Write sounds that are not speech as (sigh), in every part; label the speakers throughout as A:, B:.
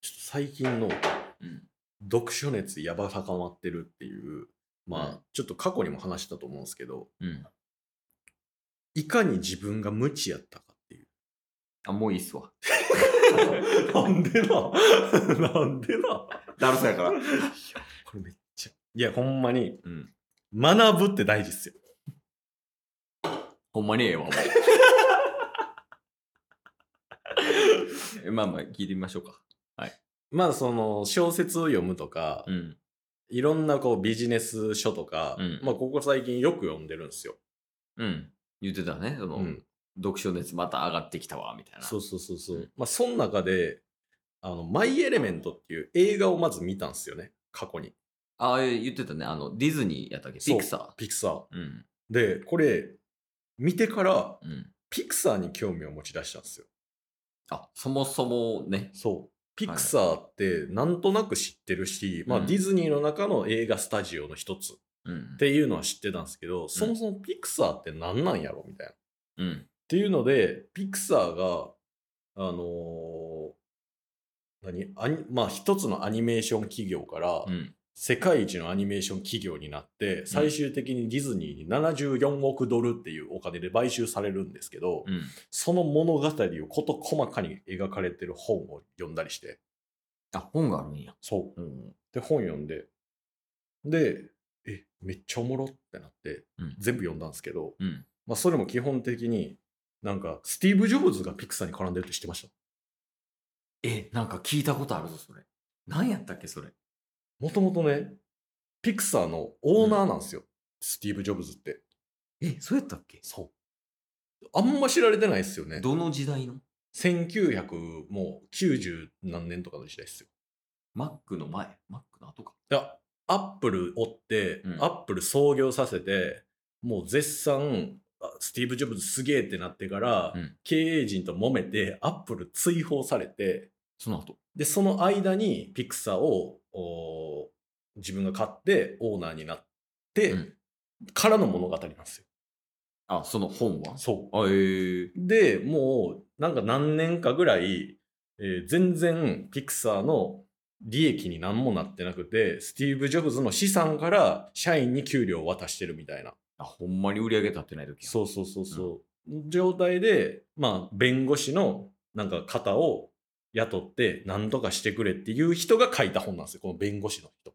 A: 最近の
B: うん
A: 読書熱やば高まってるっていう、まあ、ちょっと過去にも話したと思うんですけど、
B: うん。
A: いかに自分が無知やったかっていう。
B: あ、もういいっすわ。
A: (laughs) なんでな (laughs) なんでなこ
B: だるさやから。
A: れめっちゃ。いや、ほんまに、
B: うん。
A: 学ぶって大事っすよ。
B: ほんまにええわ。もう (laughs) まあまあ、聞いてみましょうか。
A: まあ、その、小説を読むとか、
B: うん。
A: いろんなこうビジネス書とか、
B: うん
A: まあ、ここ最近よく読んでるんですよ。
B: うん。言ってたね。その、
A: うん
B: 読書熱また上がってきたわ、みたいな。
A: そうそうそうそう。
B: うん
A: まあ、その中で、あの、マイ・エレメントっていう映画をまず見たんですよね、過去に。
B: ああ、言ってたね。あの、ディズニーやったっけ
A: そう
B: ピクサ
A: ピクサー。
B: ー。うん。
A: で、これ、見てから、
B: うん。
A: ピクサーに興味を持ち出したんですよ。
B: あ、そもそもね。
A: そう。ピクサーって、なんとなく知ってるし、まあ、
B: うん
A: ディズニーの中の映画スタジオの一つっ
B: うん。
A: ていうのは知ってたんですけど、そもそもピクサーって何なんやろみたいな。
B: う
A: っ
B: ん。
A: ていうので、ピクサーが、あのー何アニまあ一つのアニメーション企業から
B: うん。
A: 世界一のアニメーション企業になって最終的にディズニーに74億ドルっていうお金で買収されるんですけど、
B: うん。
A: その物語を事細かに描かれてる本を読んだりして
B: あ、本があるんや。
A: そう
B: うん。
A: で本読んででえめっちゃおもろってなって、
B: うん
A: 全部読んだんですけど、
B: うん。
A: まあ、それも基本的になんかスティーブ・ジョブズがピクサーに絡んでるって知ってました
B: え、なんか聞いたことあるぞ、それ。何やったっけ、それ。
A: もともとね、ピクサーのオーナーなんですよ。スティーブ・ジョブズって。
B: え、そうやったっけ
A: そう。あんま知られてないですよね。
B: どの時代の
A: 1900もう90何年とかの時代ですよ。
B: マックの前。マックの後か。
A: いや、アップル追って、
B: うん
A: アップル創業させて、もう絶賛、あスティーブ・ジョブズすげえってなってから、
B: うん
A: 経営陣と揉めて、アップル追放されて、
B: その後。
A: で、その間にピクサーをおー自分が買ってオーナーになって、
B: うん
A: からの物語なんですよ。
B: あ、その本は
A: そ
B: あ、ええ
A: う。で、もう、なんか何年かぐらい、えー全然ピクサーの利益に何もなってなくて、スティーブ・ジョブズの資産から社員に給料を渡してるみたいな。
B: あ、ほんまに売り上げ立ってない時や
A: そうそうそうそう。状態で、まあ、弁護士のなんか方を雇って何とかしてくれっていう人が書いた本なんですよ。この弁護士の人。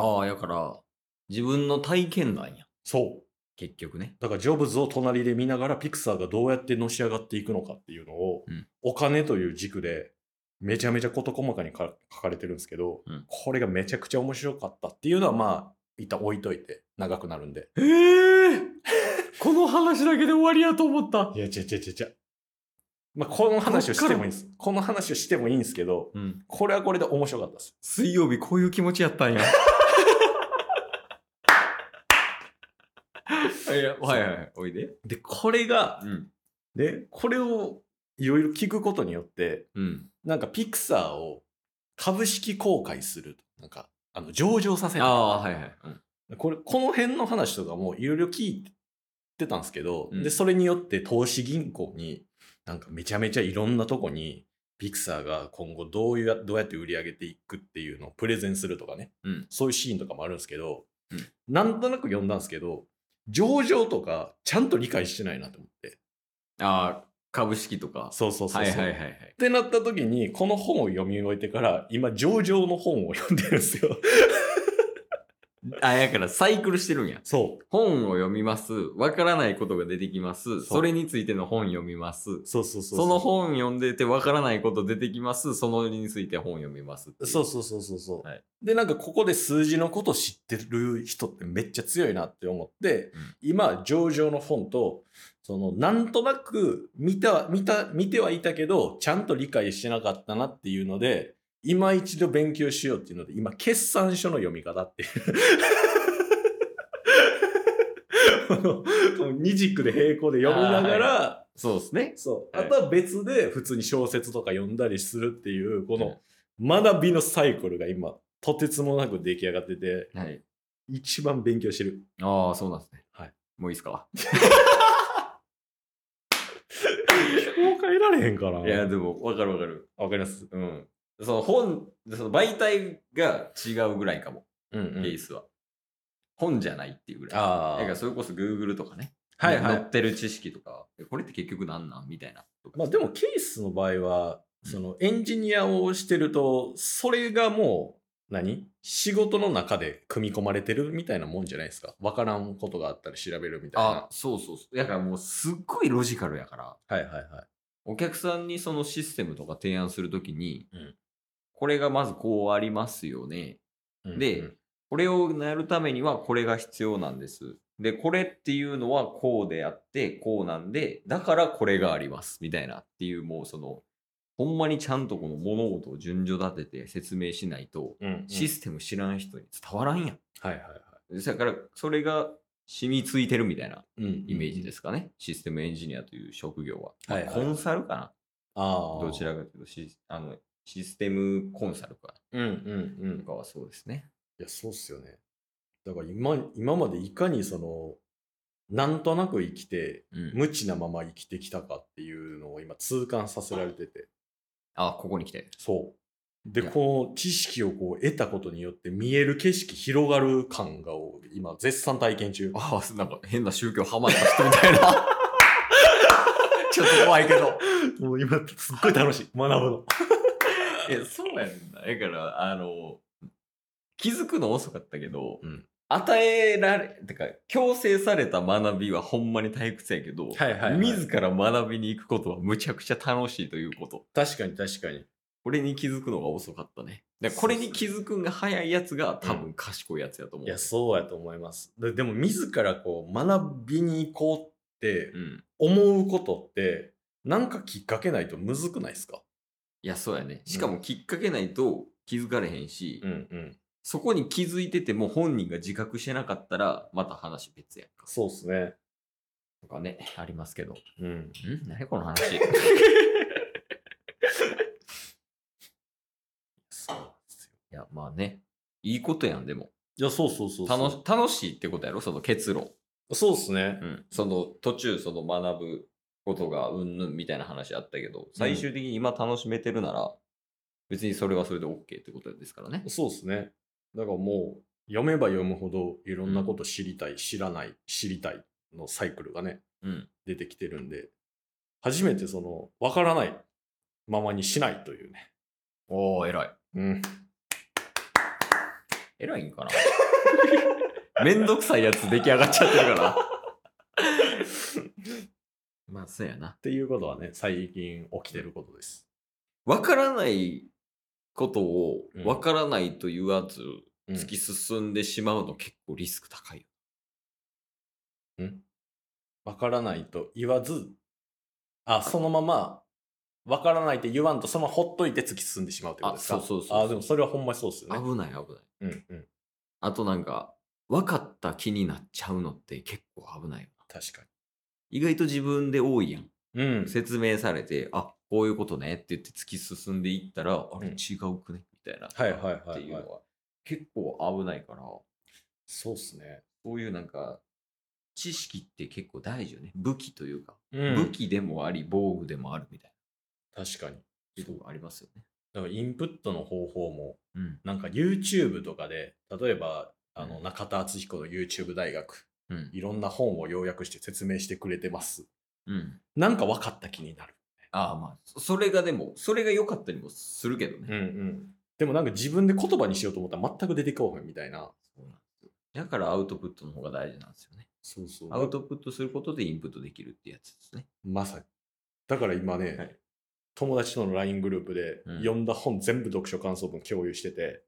B: ああ、やから、自分の体験談や。
A: そう。
B: 結局ね。
A: だからジョブズを隣で見ながらピクサーがどうやってのし上がっていくのかっていうのを、
B: うん
A: お金という軸でめちゃめちゃ事細かにか書かれてるんですけど、
B: うん
A: これがめちゃくちゃ面白かったっていうのはまあ一旦置いといて長くなるんで
B: ええ (laughs) この話だけで終わりやと思った
A: (laughs) い。やちゃちゃちゃちゃまあこの話をしてもいいんですこの話をしてもいいんですけど
B: うん。
A: これはこれで面白かったです
B: 水曜日 (laughs) こういう気持ちやったんや。いや、はいはいはい。おいで。
A: でこれが
B: うん。
A: でこれをいろいろ聞くことによって
B: うん。
A: なんかピクサーを株式公開するなんかあの上場させ
B: あ
A: た
B: あ、はいはい。うん
A: これこの辺の話とかもいろいろ聞いてたんですけど、
B: うん
A: でそれによって投資銀行になんかめちゃめちゃいろんなとこにピクサーが今後どういうどうやって売り上げていくっていうのをプレゼンするとかね、
B: うん
A: そういうシーンとかもあるんですけど、
B: うん
A: なんとなく読んだんですけど上場とかちゃんと理解してないなと思って
B: ああ、株式とか。
A: そうそうそうそう、
B: はいはいはい
A: っ
B: はい。
A: てなった時にこの本を読み終えてから今上場の本を読んでるんです (laughs) よ
B: あ、やからサイクルしてるんや。
A: そう
B: 本を読みます。わからないことが出てきます。
A: う
B: それについての本読みます。
A: そうそうそう
B: その本読んでてわからないこと出てきます。そのについて本読みますってい
A: そうそうそうそうそう、
B: はい
A: でなんかここで数字のこと知ってる人ってめっちゃ強いなって思って、
B: うん
A: 今上場の本とそのなんとなく見た見た見てはいたけどちゃんと理解してなかったなっていうので今一度勉強しようっていうので今決算書の読み方っていう (laughs) このこの二軸で並行で読みながら、
B: そうですね。
A: そう。あ
B: はい
A: とは別で普通に小説とか読んだりするっていう、こ
B: は
A: の学びのサイクルが今、とてつもなく出来上がってて、
B: はい。
A: 一番勉強してる。
B: ああ、そうなんですね。
A: はい。
B: もういいですか
A: もう帰られへんかない
B: や、でも、わかるわかる。
A: わかります。
B: うん。その本、その媒体が違うぐらいかも、
A: うんう
B: ケー
A: ん、
B: スは。本じゃないっていうぐらい。
A: あ
B: だから
A: あ。
B: それこそ Google とかね、
A: はいは
B: 載
A: い
B: っ。てる知識とか、えこれって結局なんなんみたいなとか。
A: まあでもケースの場合は、そのエンジニアをしてると、それがもう何仕事の中で組み込まれてるみたいなもんじゃないですか。わからんことがあったら調べるみたいな。
B: あ、そうそうそう。だからもうすっごいロジカルやから、
A: はいはいはい。
B: お客さんにそのシステムとか提案するときに、
A: うん
B: これがまずこうありますよね。
A: うんうん
B: でこれをやるためにはこれが必要なんです。で、これっていうのはこうであって、こうなんで、だからこれがあります。みたいなっていう、もうその、ほんまにちゃんとこの物事を順序立てて説明しないと、
A: うんうん
B: システム知らん人に伝わらんやん。
A: はいはいは。
B: だから、それが染みついてるみたいない
A: うん
B: イメージですかね。システムエンジニアという職業は。
A: はいはい
B: まあコンサルかな。
A: ああ。
B: どちらかというとシスあの、システムコンサルか
A: うんうんう
B: と
A: ん。
B: かはそうですね。
A: いや、そうっすよね。だから今、今までいかにその、なんとなく生きて、
B: うん、
A: 無知なまま生きてきたかっていうのを今痛感させられてて。
B: あ、ここに来て。
A: そう。で、
B: いや
A: こう、知識をこう得たことによって見える景色広がる感がを今絶賛体験中。
B: (laughs) ああ、なんか変な宗教ハマった人みたいな。ちょっと怖いけど。
A: もう今すっごい楽しい。学ぶの。
B: (laughs) いや、そうやねんな。だから、あの、気づくの遅かったけど、
A: うん
B: 与えられ、てか、強制された学びはほんまに退屈やけど、
A: はいはい、
B: 自ら学びに行くことはむちゃくちゃ楽しいということ。
A: 確かに確かに。
B: これに気づくのが遅かったね。で
A: そう
B: これに気づくんが早いやつが多分賢いやつやと思う。
A: いや、そうやと思います。ででも、自らこう、学びに行こうって
B: うん。
A: 思うことって、なんかきっかけないとむずくないですか
B: いや、そうやね。しかもきっかけないと気づかれへんし、
A: んうん。
B: そこに気づいてても本人が自覚してなかったら、また話別やんか。
A: そうっすね。
B: とかね、ありますけど。ん
A: うん。
B: 何この (laughs) 話。
A: そうですよ。
B: いや、まあね。いいことやん、でも。
A: いや、そうそうそうそう。
B: 楽し楽しいってことやろその結論。
A: そうっすね。
B: その途中、その学ぶことがうんぬんみたいな話あったけど、最終的に今楽しめてるなら、別にそれはそれで OK ってことですからね。
A: そうですね。だからもう読めば読むほどいろんなこと知りたい、知らない、知りたいのサイクルがね、
B: うん。
A: 出てきてるんで、初めてその分からないままにしないというね。
B: おー、偉い。
A: うん。
B: 偉いんかな (laughs) めんどくさいやつ出来上がっちゃってるから。 (laughs) まあ、そうやな
A: っ。ていうことはね、最近起きてることです。
B: わからないことを
A: うん
B: わからないと言わず
A: うん
B: 突き進んでしまうの結構リスク高いよ。
A: 分からないと言わず、あ、そのまま分からないって言わんと、そのままほっといて突き進んでしまうってことですか
B: あそうそうそうそう
A: あ、でもそれはほんまにそうっすよね。
B: 危ない危ない。
A: うんうん。
B: あとなんか、分かった気になっちゃうのって結構危ないよな。
A: 確か
B: 意外と自分で多いやん。
A: に。うん。
B: 説明されて、あ、こういうことねって言って突き進んでいったら、あれ
A: うん
B: 違うくねみたいな。
A: はいはいはいはい
B: っていうのは結構危ないから、
A: そうっすね。
B: そういうなんか、知識って結構大事よね。武器というか、
A: う
B: 武器でもあり、防具でもあるみたい
A: 確かに。
B: なとこがありますよね。
A: だからインプットの方法も
B: うん。
A: なんか YouTube とかで例えばあの
B: うん
A: 中田敦彦の YouTube 大学
B: うん。
A: いろんな本を要約して説明してくれてます
B: うん。
A: なんか分かった気になる、
B: ああ、まあ、そそれがでも、それが良かったりもするけどね。
A: でもなんか自分で言葉にしようと思ったら全く出てこうへんみたいな
B: そうなんですよだからアウトプットの方が大事なんですよね。
A: そうそ
B: アウトプットすることでインプットできるってやつですね。
A: まさにだから今ね、
B: はい
A: 友達との LINE グループで
B: うん
A: 読んだ本全部読書感想文共有してて、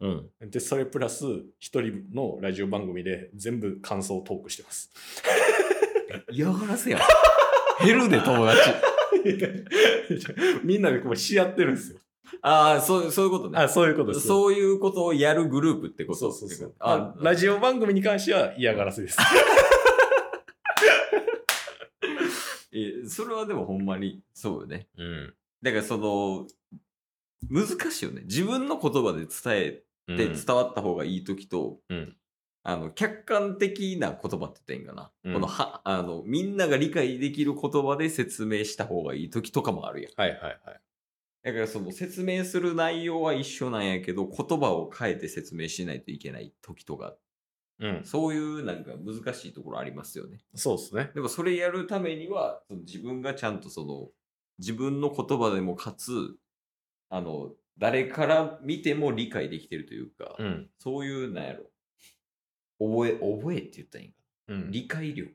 B: うん。
A: でそれプラス一人のラジオ番組で全部感想をトークしてます
B: 嫌がらせやん。減るで、友達。
A: (laughs) みんなでこうし合ってるんですよ
B: ああ、そう、そういうことね。
A: あ、そういうことです。
B: そういうことをやるグループってこと
A: そうそうそう。あ、
B: あ
A: ラジオ番組に関しては嫌がらせです。
B: えそれはでもほんまにそうよね。
A: うん。
B: だからその、難しいよね。自分の言葉で伝えて伝わった方がいい時と、
A: うん
B: あの、客観的な言葉って言ったらいいんかな。
A: うん
B: このは、あの、みんなが理解できる言葉で説明した方がいい時とかもあるやん。
A: はいはいはい。
B: だからその説明する内容は一緒なんやけど、言葉を変えて説明しないといけない時とか、
A: うん。
B: そういうなんか難しいところありますよね。
A: そうですね。
B: でもそれやるためには、その自分がちゃんとその、自分の言葉でもかつ、あの、誰から見ても理解できてるというか、
A: うん。
B: そういう、なんやろ、覚え、覚えって言ったらいいんか
A: うん。
B: 理解力っ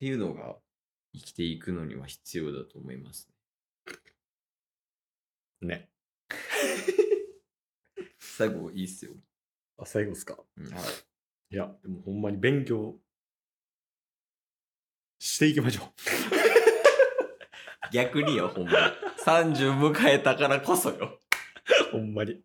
B: ていうのが生きていくのには必要だと思いますね。
A: ね。
B: 最後いいっすよ。
A: あ、最後ですか。
B: うん
A: いや、でもほんまに勉強していきましょ (laughs)
B: 逆によ、ほんまに。30迎えたからこそよ。
A: う。ほんまに。